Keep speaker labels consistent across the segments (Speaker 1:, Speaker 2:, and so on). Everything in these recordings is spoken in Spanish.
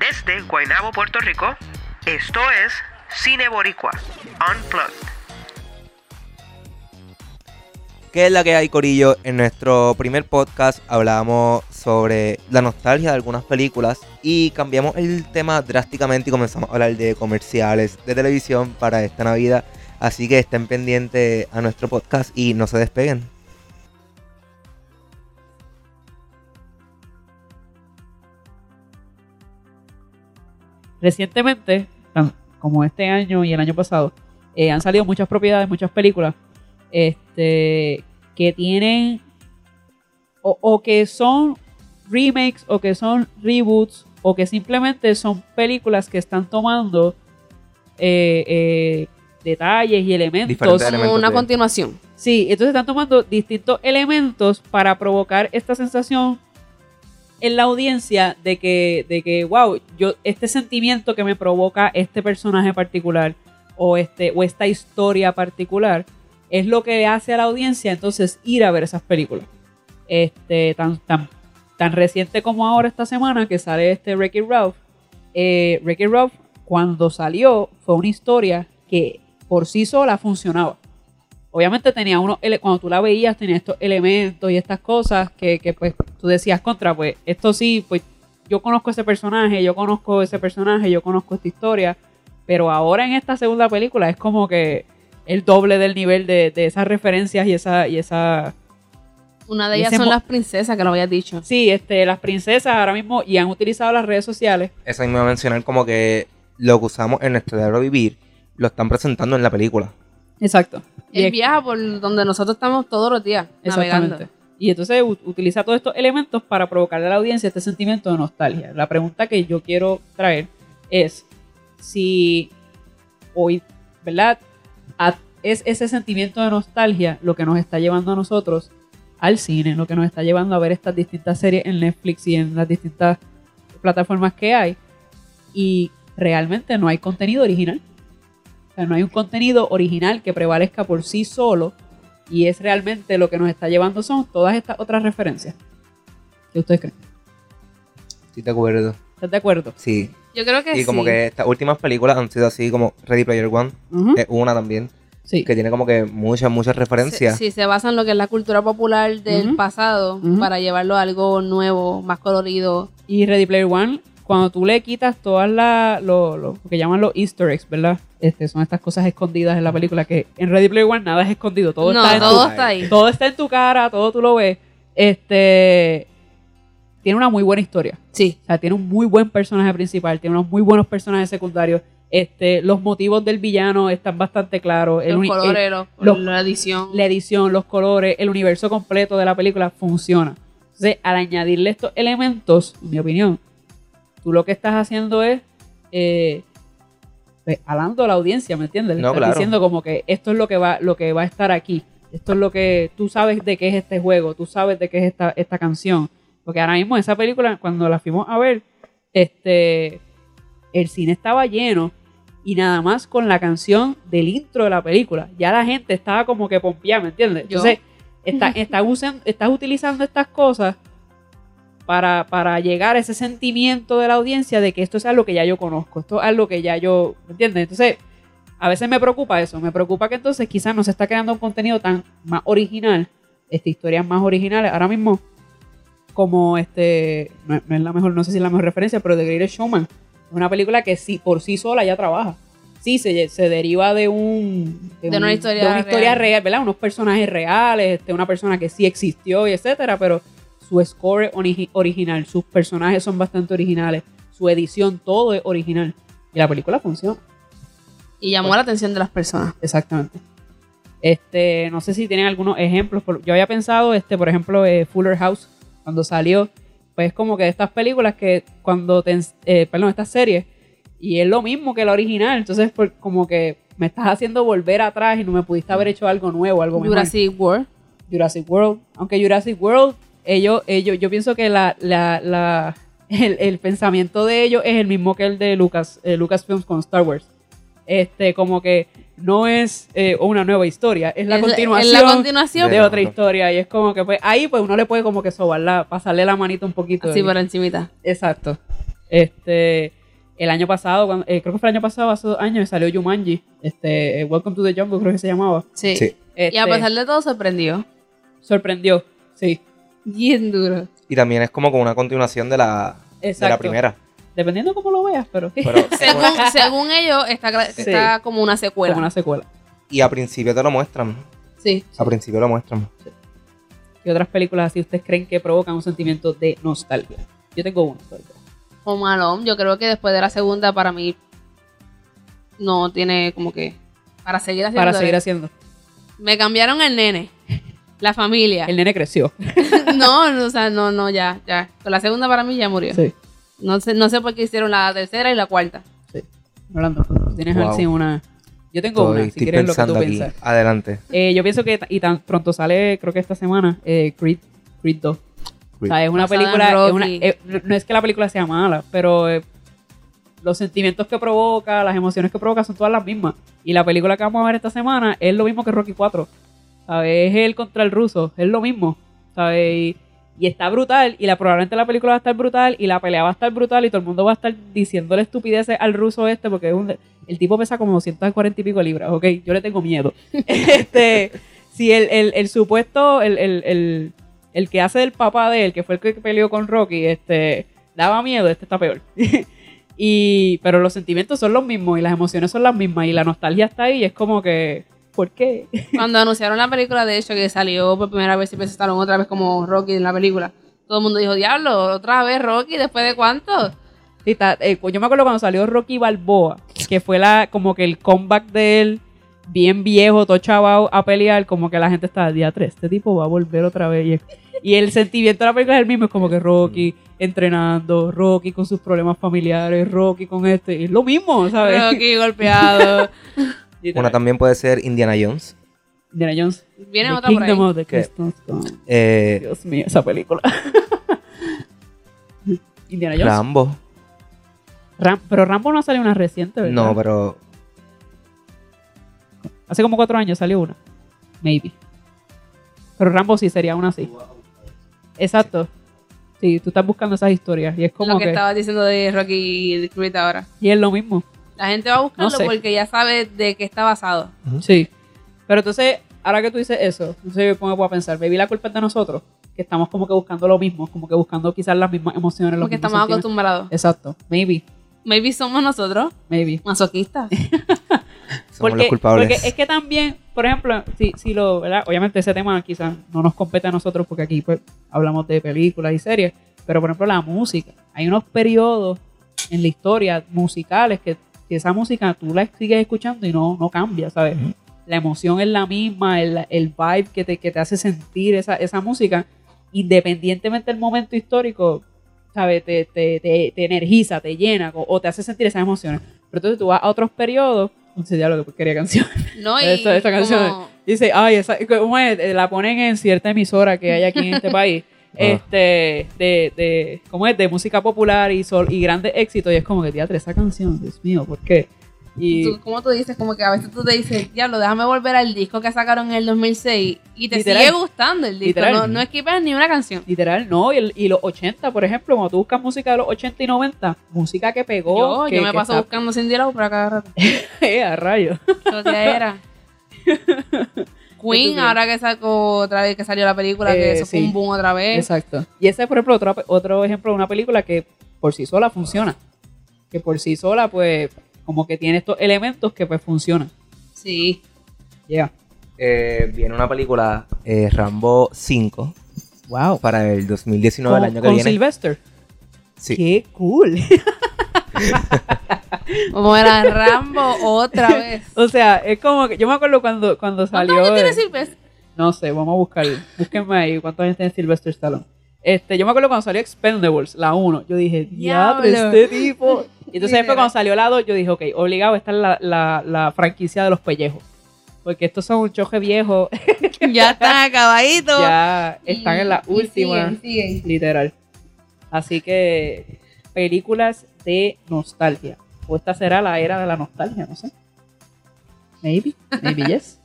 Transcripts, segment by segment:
Speaker 1: desde Guaynabo, Puerto Rico. Esto es Cine Boricua Unplugged.
Speaker 2: ¿Qué es la que hay, Corillo? En nuestro primer podcast hablábamos sobre la nostalgia de algunas películas y cambiamos el tema drásticamente y comenzamos a hablar de comerciales de televisión para esta Navidad. Así que estén pendientes a nuestro podcast y no se despeguen.
Speaker 3: Recientemente, tan- como este año y el año pasado, eh, han salido muchas propiedades, muchas películas este, que tienen o, o que son remakes o que son reboots o que simplemente son películas que están tomando eh, eh, detalles y elementos
Speaker 2: Diferentes
Speaker 4: Como
Speaker 2: elementos
Speaker 4: una
Speaker 2: de-
Speaker 4: continuación.
Speaker 3: Sí, entonces están tomando distintos elementos para provocar esta sensación en la audiencia de que, de que wow, yo, este sentimiento que me provoca este personaje particular o, este, o esta historia particular es lo que hace a la audiencia entonces ir a ver esas películas. Este, tan, tan, tan reciente como ahora esta semana que sale este Wreck-It Ralph. Eh, Wreck-It Ralph cuando salió fue una historia que por sí sola funcionaba obviamente tenía unos ele- cuando tú la veías tenía estos elementos y estas cosas que, que, pues tú decías contra pues esto sí pues yo conozco ese personaje yo conozco ese personaje yo conozco esta historia pero ahora en esta segunda película es como que el doble del nivel de, de esas referencias y esa y esa
Speaker 4: Una de
Speaker 3: Y
Speaker 4: ellas
Speaker 3: ese
Speaker 4: son
Speaker 3: mo-
Speaker 4: las princesas, que lo habías dicho.
Speaker 3: sí este las princesas ahora mismo y han utilizado las redes sociales
Speaker 2: Eso mismo iba a mencionar como que lo que usamos en nuestro diario vivir lo están presentando en la película.
Speaker 3: exacto Y
Speaker 4: Él
Speaker 3: es-
Speaker 4: viaja por donde nosotros estamos todos los días navegando.
Speaker 3: Exactamente. Y entonces u- utiliza todos estos elementos para provocarle a la audiencia este sentimiento de nostalgia. La pregunta que yo quiero traer es si hoy, ¿verdad? A- es ese sentimiento de nostalgia lo que nos está llevando a nosotros al cine, lo que nos está llevando a ver estas distintas series en Netflix y en las distintas plataformas que hay. Y realmente no hay contenido original. O sea, no hay un contenido original que prevalezca por sí solo y es realmente lo que nos está llevando son todas estas otras referencias. ¿Qué ustedes creen?
Speaker 2: ¿Sí te acuerdo?
Speaker 3: ¿Estás de acuerdo?
Speaker 2: Sí.
Speaker 4: Yo creo que
Speaker 2: Y como
Speaker 4: sí.
Speaker 2: que estas últimas películas han sido así como Ready Player One,
Speaker 3: Ujú.
Speaker 4: ¿Mm?
Speaker 2: es una también,
Speaker 3: Eh, Sí.
Speaker 2: que tiene como que muchas, muchas
Speaker 4: se,
Speaker 2: referencias.
Speaker 4: sí, se basa en lo que es la cultura popular del
Speaker 3: Ujú.
Speaker 4: pasado
Speaker 3: Ujú.
Speaker 4: para llevarlo a algo nuevo, más colorido.
Speaker 3: Y Ready Player One, cuando tú le quitas todas las, lo, lo- lo que llaman los easter eggs, ¿verdad? Este, son estas cosas escondidas en la película que en Ready Player One nada es escondido, todo
Speaker 4: no,
Speaker 3: está en tu-
Speaker 4: todo está ahí.
Speaker 3: todo está en tu cara, todo tú lo ves. Este tiene una muy buena historia.
Speaker 4: Sí.
Speaker 3: O sea, tiene un muy buen personaje principal, tiene unos muy buenos personajes secundarios. Este, los motivos del villano están bastante claros. El
Speaker 4: los
Speaker 3: uni- el-
Speaker 4: colores, los-
Speaker 3: los-
Speaker 4: la edición.
Speaker 3: la edición, los colores, el universo completo de la película funciona. Entonces, al añadirle estos elementos, en mi opinión, tú lo que estás haciendo es eh, pues, alando a la audiencia, ¿me entiendes? Le
Speaker 2: No,
Speaker 3: estás
Speaker 2: claro.
Speaker 3: diciendo como que esto es lo que va, lo que va a estar aquí. Esto es lo que tú sabes de qué es este juego, tú sabes de qué es esta, esta canción. Porque ahora mismo esa película, cuando la fuimos a ver, este, el cine estaba lleno y nada más con la canción del intro de la película. Ya la gente estaba como que pompeada, ¿me entiendes?
Speaker 4: Yo.
Speaker 3: Entonces, está- está usan- estás utilizando estas cosas para, para llegar a ese sentimiento de la audiencia de que esto es algo que ya yo conozco, esto es algo que ya yo, ¿me entiendes? Entonces, a veces me preocupa eso, me preocupa que entonces quizás no se está creando un contenido tan más original, esta historia este, más original, ahora mismo como este, no, no es la mejor, no sé si es la mejor referencia, pero The Greatest Showman, es una película que sí, por sí sola ya trabaja. Sí, se, se deriva de un
Speaker 4: De una
Speaker 3: un-
Speaker 4: historia
Speaker 3: de una historia
Speaker 4: real.
Speaker 3: real, ¿verdad? Unos personajes reales, este, una persona que sí existió y etcétera, pero su score es origi- original, sus personajes son bastante originales, su edición, todo es original. Y la película funciona,
Speaker 4: Y llamó la atención de las personas.
Speaker 3: exactamente. Este, no sé si tienen algunos ejemplos. por- Yo había pensado, este, por ejemplo, eh, Fuller House, cuando salió, pues como que estas películas que cuando te, ens- eh, perdón, estas series, y es lo mismo que la original, entonces por- como que me estás haciendo volver atrás y no me pudiste haber hecho algo nuevo, algo mejor.
Speaker 4: Jurassic World.
Speaker 3: Jurassic World. Aunque Jurassic World, ellos, ellos, yo pienso que la, la, la- el, el pensamiento de ellos es el mismo que el de Lucas, eh, Lucasfilms con Star Wars. Este, como que no es eh, una nueva historia, es la
Speaker 4: Es
Speaker 3: continuación.
Speaker 4: es la continuación.
Speaker 2: De-
Speaker 3: de otra historia y es como que pues ahí pues uno le puede como que sobarla, pasarle la manita un poquito.
Speaker 4: Así
Speaker 3: y-
Speaker 4: por encimita.
Speaker 3: Exacto. Este, El año pasado, cuando- eh, creo que fue el año pasado, hace dos años, salió Jumanji. Este, eh, Welcome to the Jungle, creo que se llamaba.
Speaker 4: Sí.
Speaker 2: Sí.
Speaker 4: Y a
Speaker 3: Este,
Speaker 4: pesar de todo, sorprendió.
Speaker 3: Sorprendió, sí.
Speaker 4: Bien duro.
Speaker 2: Y también es como con una continuación de la, de la
Speaker 3: Exacto.
Speaker 2: primera.
Speaker 3: Dependiendo cómo lo veas, pero es
Speaker 2: Pero-
Speaker 4: Según, según ellos, está, gra-
Speaker 3: Sí.
Speaker 4: está como una secuela.
Speaker 3: como una secuela.
Speaker 2: y a principio te lo muestran.
Speaker 4: Sí.
Speaker 2: A principio lo muestran.
Speaker 3: ¿Qué otras películas así ustedes creen que provocan un sentimiento de nostalgia? Yo tengo uno. por ejemplo.
Speaker 4: Home Alone, yo creo que después de la segunda, para mí, no tiene como que. Para seguir haciendo.
Speaker 3: Para seguir haciendo.
Speaker 4: Me cambiaron el nene. La familia.
Speaker 3: El nene creció.
Speaker 4: No, no, o sea, no, no, ya, ya. Con la segunda para mí ya murió.
Speaker 3: Sí.
Speaker 4: No sé, no sé por qué hicieron la tercera y la cuarta.
Speaker 3: Orlando, tú tienes
Speaker 2: Wow.
Speaker 3: así una. Yo tengo
Speaker 2: Estoy,
Speaker 3: una, si
Speaker 2: estoy
Speaker 3: quieres lo que tú
Speaker 2: pensando aquí.
Speaker 3: piensas.
Speaker 2: Adelante.
Speaker 3: Eh, yo pienso que, ta- y tan pronto sale, creo que esta semana, eh, Creed, Creed 2. O sea, es una
Speaker 4: Basada en
Speaker 3: película. es una-
Speaker 4: Rocky.
Speaker 3: eh, no- no es que la película sea mala, pero eh, los sentimientos que provoca, las emociones que provoca son todas las mismas. Y la película que vamos a ver esta semana es lo mismo que Rocky 4. ¿Sabes? Es él contra el ruso, es lo mismo. ¿Sabes? Y, y está brutal, y la, probablemente la película va a estar brutal, y la pelea va a estar brutal, y todo el mundo va a estar diciéndole estupideces al ruso este, porque es un, el tipo pesa como 240 y pico libras, ok, yo le tengo miedo. este, si el, el, el supuesto, el, el, el, el que hace del papá de él, que fue el que peleó con Rocky, este, daba miedo, este está peor. y, pero los sentimientos son los mismos y las emociones son las mismas y la nostalgia está ahí y es como que, ¿por qué?
Speaker 4: Cuando anunciaron la película, de hecho, que salió por primera vez y presentaron otra vez como Rocky en la película. Todo el mundo dijo, diablo, otra vez Rocky, ¿después de cuánto?
Speaker 3: Sí, está- eh, yo me acuerdo cuando salió Rocky Balboa, que fue la como que el comeback de él, bien viejo, todo chavao, a pelear, como que la gente estaba día 3, este tipo va a volver otra vez. Y, es- y el sentimiento de la película es el mismo, es como que Rocky entrenando, Rocky con sus problemas familiares, Rocky con este, y es lo mismo, ¿sabes?
Speaker 4: Rocky golpeado.
Speaker 2: Una también puede ser Indiana Jones.
Speaker 3: Indiana Jones.
Speaker 4: Viene
Speaker 3: The
Speaker 4: otra por ahí.
Speaker 3: Kingdom of the
Speaker 2: ¿Qué?
Speaker 3: Crystal Skull.
Speaker 2: Eh,
Speaker 3: Dios mío, esa película. Indiana Jones.
Speaker 2: Rambo.
Speaker 3: Ram- pero Rambo no ha salido una reciente, ¿verdad?
Speaker 2: No, pero
Speaker 3: Hace como cuatro años salió una. Maybe. Pero Rambo sí sería una así. Exacto. Sí, tú estás buscando esas historias. Y es como
Speaker 4: Lo que,
Speaker 3: que.
Speaker 4: estaba diciendo de Rocky y de Creed ahora.
Speaker 3: Y es lo mismo.
Speaker 4: La gente va a buscarlo
Speaker 3: No sé.
Speaker 4: porque ya sabe de qué está basado.
Speaker 3: Sí. Pero entonces, ahora que tú dices eso, no sé cómo puedo pensar. Baby, la culpa es de nosotros. Que estamos como que buscando lo mismo. Como que buscando quizás las mismas emociones. los
Speaker 4: Porque
Speaker 3: mismos
Speaker 4: estamos
Speaker 3: sentimientos.
Speaker 4: acostumbrados.
Speaker 3: Exacto. Maybe.
Speaker 4: Maybe somos nosotros
Speaker 3: Maybe.
Speaker 4: masoquistas.
Speaker 2: somos los culpables.
Speaker 3: porque es que también, por ejemplo, si, si lo, ¿verdad? Obviamente ese tema quizás no nos compete a nosotros porque aquí pues hablamos de películas y series, pero por ejemplo la música. Hay unos periodos en la historia musicales que, que esa música tú la sigues escuchando y no, no cambia, ¿sabes? La emoción es la misma, el, el vibe que te, que te hace sentir esa, esa música, independientemente del momento histórico, ¿sabes? Te, te, te, te energiza, te llena o, o te hace sentir esas emociones. Pero entonces tú vas a otros periodos, entonces ya lo que quería canción.
Speaker 4: No, y
Speaker 3: Esta- esta canción
Speaker 4: como-
Speaker 3: Dice, ay, esa, ¿cómo es? Eh, La ponen en cierta emisora que hay aquí en este país.
Speaker 4: Ah.
Speaker 3: Este, de, de, ¿cómo es? De música popular y sol y grandes éxitos. Y es como que, teatro esa canción, Dios mío, ¿por qué? Y
Speaker 4: tú, como tú dices, como que a veces tú te dices, diablo, déjame volver al disco que sacaron en el 2006 y te
Speaker 3: Literal.
Speaker 4: sigue gustando el disco.
Speaker 3: Literal.
Speaker 4: No, no esquipas ni una canción.
Speaker 3: literal, no. Y, el- y los 80, por ejemplo, cuando tú buscas música de los 80 y 90, música que pegó.
Speaker 4: yo,
Speaker 3: Oh, que,
Speaker 4: yo me
Speaker 3: que
Speaker 4: paso
Speaker 3: está-
Speaker 4: buscando Cindy Lau para cada rato.
Speaker 3: Eh, a rayos.
Speaker 4: Lo que era. Queen,
Speaker 3: crees?
Speaker 4: ahora que sacó otra vez que salió la película, que
Speaker 3: Eh,
Speaker 4: eso fue
Speaker 3: sí.
Speaker 4: un boom otra vez.
Speaker 3: Exacto. Y ese, por ejemplo, otro, otro ejemplo de una película que por sí sola funciona. Que por sí sola, pues, como que tiene estos elementos que pues funcionan.
Speaker 4: Sí.
Speaker 3: Yeah.
Speaker 2: Eh, viene una película, eh, Rambo 5,
Speaker 3: Wow.
Speaker 2: para el 2019, el
Speaker 3: con,
Speaker 2: año que
Speaker 3: con
Speaker 2: viene.
Speaker 3: Sylvester.
Speaker 2: Sí.
Speaker 3: Qué cool.
Speaker 4: Como era Rambo otra vez.
Speaker 3: o sea, es como que yo me acuerdo cuando, cuando
Speaker 4: ¿Cuántos
Speaker 3: salió.
Speaker 4: años tiene
Speaker 3: eh,
Speaker 4: Silvestre?
Speaker 3: no sé, vamos a buscarlo. Búsquenme ahí cuántos años tiene Sylvester Stallone. Este, yo me acuerdo cuando salió Expendables, la 1. Yo dije, diablo,
Speaker 4: Diablo.
Speaker 3: este tipo. Y entonces después
Speaker 4: Literal.
Speaker 3: cuando salió la 2, yo dije, ok, obligado, esta es la, la, la franquicia de los pellejos. Porque estos son un choje viejo.
Speaker 4: Ya están acabaditos.
Speaker 3: ya están en la
Speaker 4: Y- y
Speaker 3: última.
Speaker 4: siguen, siguen.
Speaker 3: Literal. Así que películas de nostalgia. O esta será la era de la nostalgia, no sé. Maybe, maybe yes.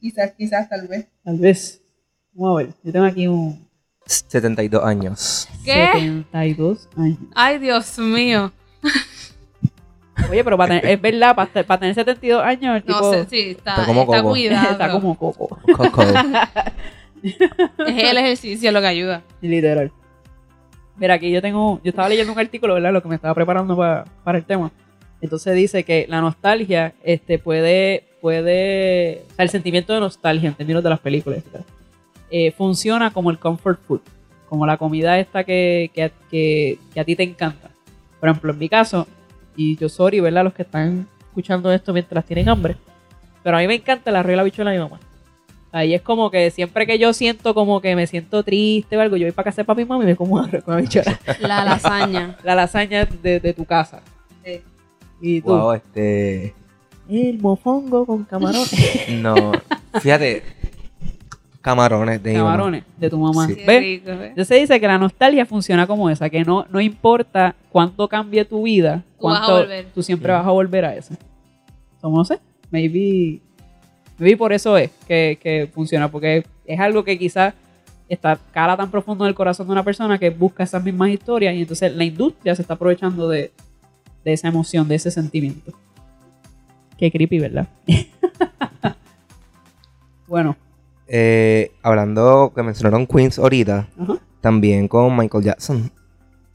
Speaker 4: Quizás, quizás, tal vez.
Speaker 3: Tal vez. Vamos a ver. Yo tengo aquí un
Speaker 2: 72 años.
Speaker 4: ¿Qué?
Speaker 3: 72 años.
Speaker 4: Ay, Dios mío.
Speaker 3: Oye, pero para tener, es verdad, para, te- para tener 72 años, el tipo
Speaker 4: No sé, sí, está,
Speaker 2: está como
Speaker 4: está
Speaker 2: coco.
Speaker 4: cuidado.
Speaker 3: está como coco,
Speaker 2: Coco.
Speaker 4: Es el ejercicio lo que ayuda.
Speaker 3: literal. Mira, aquí yo tengo, yo estaba leyendo un artículo, ¿verdad? Lo que me estaba preparando pa- para el tema. Entonces dice que la nostalgia este, puede, puede, o sea, el sentimiento de nostalgia en términos de las películas, etcétera, eh, funciona como el comfort food, como la comida esta que, que, que- que a ti te encanta. Por ejemplo, en mi caso, y yo sorry, ¿verdad? Los que están escuchando esto mientras tienen hambre, pero a mí me encanta la regla bichuela de mi mamá. Ahí es como que siempre que yo siento como que me siento triste o algo, yo voy para casa de papi y mami y me como una arroz con habichuela.
Speaker 4: La lasaña.
Speaker 3: La lasaña de, de tu casa.
Speaker 4: Sí.
Speaker 3: Y tú,
Speaker 2: wow, este.
Speaker 3: el mofongo con camarones.
Speaker 2: No. Fíjate. Camarones de mi mamá.
Speaker 3: camarones de tu mamá.
Speaker 2: Sí.
Speaker 4: Qué
Speaker 3: ¿Ves?
Speaker 4: rico, ¿ves?
Speaker 3: Entonces dice que la nostalgia funciona como esa, que no, no importa cuánto cambie tu vida,
Speaker 4: Tú vas a
Speaker 3: cuánto-
Speaker 4: volver.
Speaker 3: tú siempre
Speaker 2: Sí.
Speaker 3: vas a volver a eso. Entonces, no sé, maybe, maybe por eso es que, que funciona, porque es algo que quizás está cala tan profundo en el corazón de una persona que busca esas mismas historias y entonces la industria se está aprovechando de, de esa emoción, de ese sentimiento. Qué creepy, ¿verdad? bueno,
Speaker 2: Eh, hablando que mencionaron Queens ahorita,
Speaker 3: ajá,
Speaker 2: también con Michael Jackson,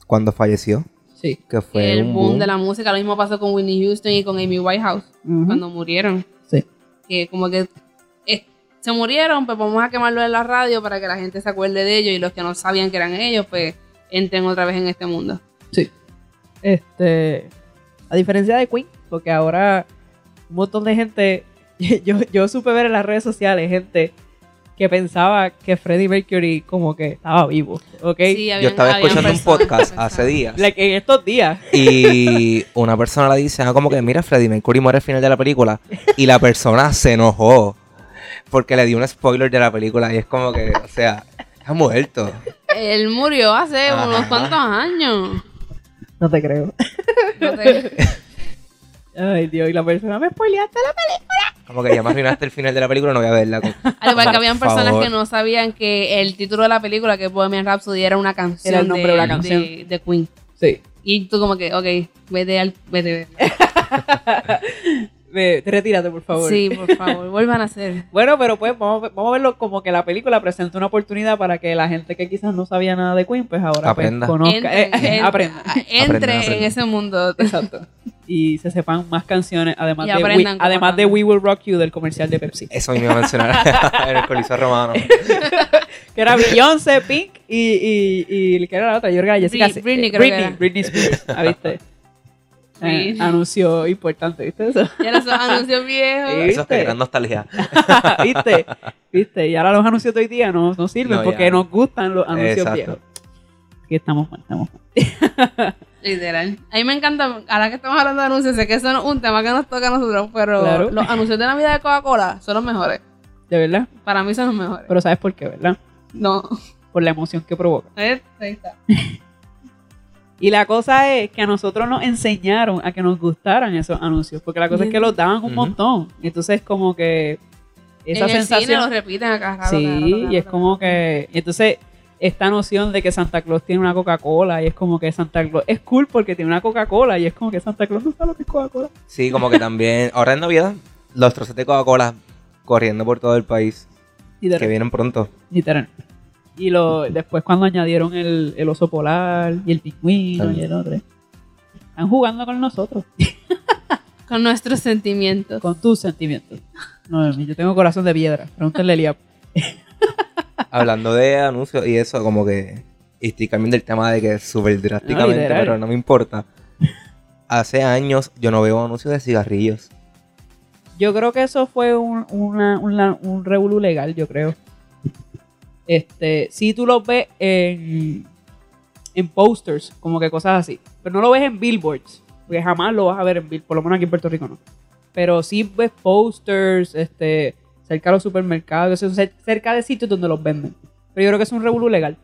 Speaker 2: cuando falleció,
Speaker 3: sí.
Speaker 2: que fue
Speaker 4: el
Speaker 2: un
Speaker 4: boom, de la música. Lo mismo pasó con Whitney Houston y con Amy Whitehouse
Speaker 3: ujú,
Speaker 4: cuando murieron.
Speaker 3: sí.
Speaker 4: Que como que eh, se murieron, pues vamos a quemarlo en la radio para que la gente se acuerde de ellos y los que no sabían que eran ellos, pues entren otra vez en este mundo.
Speaker 3: Sí. Este. A diferencia de Queen, porque ahora un montón de gente. Yo, yo supe ver en las redes sociales gente que pensaba que Freddie Mercury como que estaba vivo, ¿ok?
Speaker 4: Sí, habían-
Speaker 2: Yo estaba
Speaker 4: habían
Speaker 2: escuchando un
Speaker 4: personas que
Speaker 2: podcast
Speaker 4: pensaban.
Speaker 2: hace días
Speaker 3: Like, en estos días.
Speaker 2: y una persona le dice, ah, como que mira, Freddie Mercury muere al final de la película y la persona se enojó porque le dio un spoiler de la película y es como que, o sea, ha muerto.
Speaker 4: Él murió hace
Speaker 2: Ajá.
Speaker 4: unos cuantos años.
Speaker 3: No te creo.
Speaker 4: No te-
Speaker 3: Ay, Dios, y la persona me spoileaste la
Speaker 2: Como que ya me arruinaste el final de la película, no voy a verla. con-
Speaker 4: Al igual Ah, que habían
Speaker 2: Por
Speaker 4: personas
Speaker 2: favor.
Speaker 4: que no sabían que el título de la película, que Bohemian Rhapsody, era una canción.
Speaker 3: Era el nombre de una canción.
Speaker 4: De, de Queen.
Speaker 3: Sí.
Speaker 4: Y tú como que, ok, vete al... Vete, vete.
Speaker 3: Ve, retírate, por favor.
Speaker 4: Sí, por favor, vuelvan a hacer.
Speaker 3: Bueno, pero pues vamos, a ver- vamos a verlo como que la película presenta una oportunidad para que la gente que quizás no sabía nada de Queen, pues ahora pues,
Speaker 2: Aprenda.
Speaker 3: conozca, eh,
Speaker 4: Entren, en-
Speaker 3: aprenda.
Speaker 4: Entren
Speaker 2: Aprendan,
Speaker 4: en
Speaker 2: aprendan.
Speaker 4: ese mundo.
Speaker 3: Exacto. Y se sepan más canciones, además,
Speaker 4: Y
Speaker 3: de we,
Speaker 4: aprendan cómo
Speaker 3: además de
Speaker 4: cantar.
Speaker 3: we Will Rock You del comercial de Pepsi.
Speaker 2: Eso mismo iba a mencionar en el Coliseo Romano.
Speaker 3: Que era Beyoncé, Pink y, y, y ¿qué era la otra? Yo creo que era Jessica.
Speaker 4: Bri- Britney,
Speaker 3: eh,
Speaker 4: creo que
Speaker 3: Britney,
Speaker 4: era.
Speaker 3: Britney Spears. Ah, ¿viste? Eh,
Speaker 4: Sí.
Speaker 3: anunció importante, ¿viste eso?
Speaker 4: Ya los anuncios viejos.
Speaker 2: Eso es que
Speaker 3: ¿Viste?
Speaker 2: gran nostalgia.
Speaker 3: Ah, ¿Viste? ¿Viste? Y ahora los anuncios de hoy día no, no sirven
Speaker 2: No, ya.
Speaker 3: porque nos gustan los anuncios
Speaker 2: Exacto.
Speaker 3: viejos. Que estamos mal, estamos mal.
Speaker 4: Literal. A mí me encanta, ahora que estamos hablando de anuncios, sé que eso no es un tema que nos toca a nosotros, pero
Speaker 3: Claro.
Speaker 4: los anuncios de Navidad de Coca-Cola son los mejores.
Speaker 3: De verdad.
Speaker 4: Para mí son los mejores.
Speaker 3: Pero sabes por qué, ¿verdad?
Speaker 4: No.
Speaker 3: Por la emoción que provoca.
Speaker 4: Ahí está.
Speaker 3: Y la cosa es que a nosotros nos enseñaron a que nos gustaran esos anuncios, porque la cosa es que los daban un
Speaker 2: Ujú.
Speaker 3: montón. Entonces como que esa
Speaker 4: en el cine
Speaker 3: sensación...
Speaker 4: los repiten acá. rato, cada rato, cada
Speaker 3: sí,
Speaker 4: rato,
Speaker 3: y es
Speaker 4: cada
Speaker 3: como
Speaker 4: rato.
Speaker 3: que... y entonces esta noción de que Santa Claus tiene una Coca-Cola y es como que Santa Claus es cool porque tiene una Coca-Cola y es como que Santa Claus no sabe lo que es Coca-Cola.
Speaker 2: Sí, como que también. Ahora en Navidad, los trozos de Coca-Cola corriendo por todo el país,
Speaker 3: Y de
Speaker 2: que vienen pronto.
Speaker 3: Literal. Y lo, después cuando añadieron el, el oso polar y el pingüino y el otro. Están jugando con nosotros,
Speaker 4: Con nuestros sentimientos.
Speaker 3: con tus sentimientos. No, yo tengo corazón de piedra. Pregúntale a Eliab.
Speaker 2: Hablando de anuncios y eso, como que. Y estoy cambiando el tema de que súper
Speaker 3: No,
Speaker 2: drásticamente,
Speaker 3: literal.
Speaker 2: pero no me importa. Hace años yo no veo anuncios de cigarrillos.
Speaker 3: Yo creo que eso fue un, una- un la- un revolú legal, yo creo. Este, si tú lo ves en, en posters, como que cosas así. Pero no lo ves en billboards, porque jamás lo vas a ver en billboards, por lo menos aquí en Puerto Rico no. Pero sí ves posters, este, cerca de los supermercados, eso, cer- cerca de sitios donde los venden. Pero yo creo que es un revolú legal.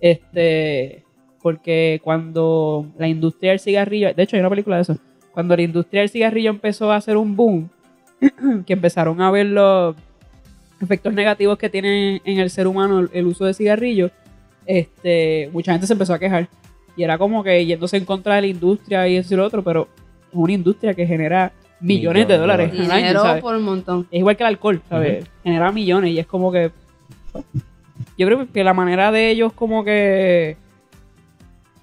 Speaker 3: Este, porque cuando la industria del cigarrillo, de hecho hay una película de eso, cuando la industria del cigarrillo empezó a hacer un boom, que empezaron a ver los efectos negativos que tiene en el ser humano el, el uso de cigarrillos, este, mucha gente se empezó a quejar. Y era como que yéndose en contra de la industria y eso y lo otro, pero es una industria que genera millones
Speaker 2: Millones
Speaker 3: de
Speaker 2: de
Speaker 3: dólares al año,
Speaker 4: Dinero
Speaker 3: ¿sabes?
Speaker 4: por un montón.
Speaker 3: Es igual que el alcohol, ¿sabes? Genera millones y es como que. pues, Yo creo que la manera de ellos, como que.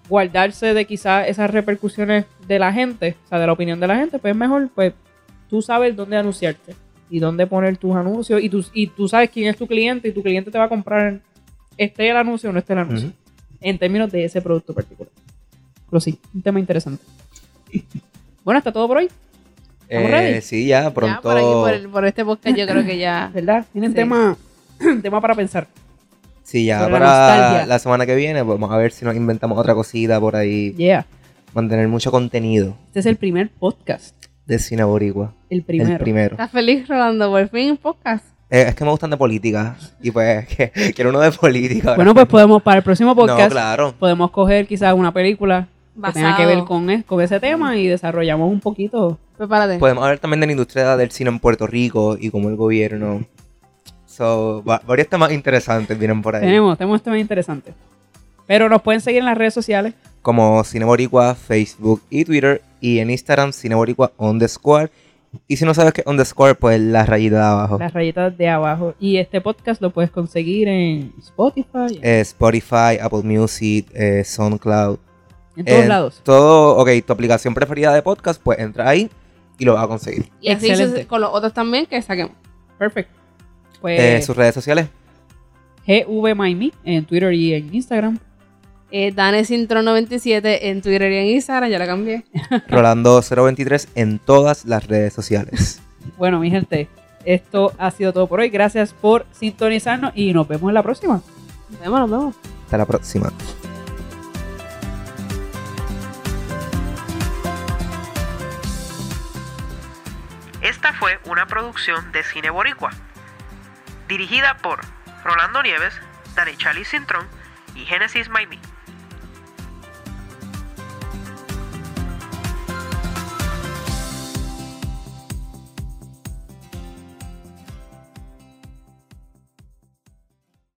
Speaker 3: guardarse de quizás esas repercusiones de la gente, o sea, de la opinión de la gente, pues es mejor, pues tú sabes dónde anunciarte y dónde poner tus anuncios y tú, y tú sabes quién es tu cliente y tu cliente te va a comprar, esté el anuncio o no esté el anuncio,
Speaker 2: Ujú.
Speaker 3: en términos de ese producto particular. Pero sí, un tema interesante. Bueno, está todo por hoy, ¿Estamos ready?
Speaker 2: Eh, sí, ya
Speaker 4: Ya, por, aquí,
Speaker 2: pronto.
Speaker 4: por, el- por este podcast yo creo que ya...
Speaker 3: ¿verdad? Tienen
Speaker 4: Sí.
Speaker 3: tema, tema para pensar.
Speaker 2: Sí, ya
Speaker 3: sobre la
Speaker 2: para
Speaker 3: nostalgia.
Speaker 2: la semana que viene vamos a ver si nos inventamos otra cosita por ahí.
Speaker 3: Yeah.
Speaker 2: Mantener mucho contenido
Speaker 3: Este es el primer podcast.
Speaker 2: de cine boricua.
Speaker 3: El primero. Ah.
Speaker 2: El primero.
Speaker 4: ¿Estás feliz, Rolando? Por fin, podcast.
Speaker 2: Eh, es que me gustan de política. Y pues, que, quiero uno de política. ahora.
Speaker 3: Bueno, pues podemos, para el próximo podcast,
Speaker 2: No, claro.
Speaker 3: podemos coger quizás una película que tenga
Speaker 4: Basado.
Speaker 3: que ver con, es- con ese tema y desarrollamos un poquito.
Speaker 4: Prepárate.
Speaker 3: Pues,
Speaker 2: Podemos hablar también de la industria del cine en Puerto Rico y cómo el gobierno. So, va- varios temas interesantes vienen por ahí.
Speaker 3: Tenemos, tenemos temas interesantes. Pero nos pueden seguir en las redes sociales.
Speaker 2: como Cine Boricua, Facebook y Twitter, y en Instagram Cine Boricua underscore. Y si no sabes qué es underscore, pues la rayita de abajo.
Speaker 3: las rayitas de abajo. Y este podcast lo puedes conseguir en Spotify,
Speaker 2: Eh, Spotify, Apple Music, eh, SoundCloud.
Speaker 3: en todos
Speaker 2: Eh,
Speaker 3: lados.
Speaker 2: Todo, ok, tu aplicación preferida de podcast, pues entra ahí y lo vas a conseguir.
Speaker 4: y así
Speaker 3: excelente.
Speaker 4: se- con los otros también que saquemos.
Speaker 3: Perfecto.
Speaker 2: Eh,
Speaker 3: Pues
Speaker 2: sus redes sociales.
Speaker 3: GVMyMe en Twitter y en Instagram.
Speaker 4: Eh, Danesintro97 en Twitter y en Instagram, ya la cambié.
Speaker 2: Rolando023 en todas las redes sociales.
Speaker 3: Bueno, mi gente, esto ha sido todo por hoy. Gracias por sintonizarnos y nos vemos en la próxima.
Speaker 4: Nos vemos, nos vemos.
Speaker 2: Hasta la próxima.
Speaker 1: Esta fue una producción de Cine Boricua, dirigida por Rolando Nieves, Dani Charlie Cintrón y Genesis Maimí.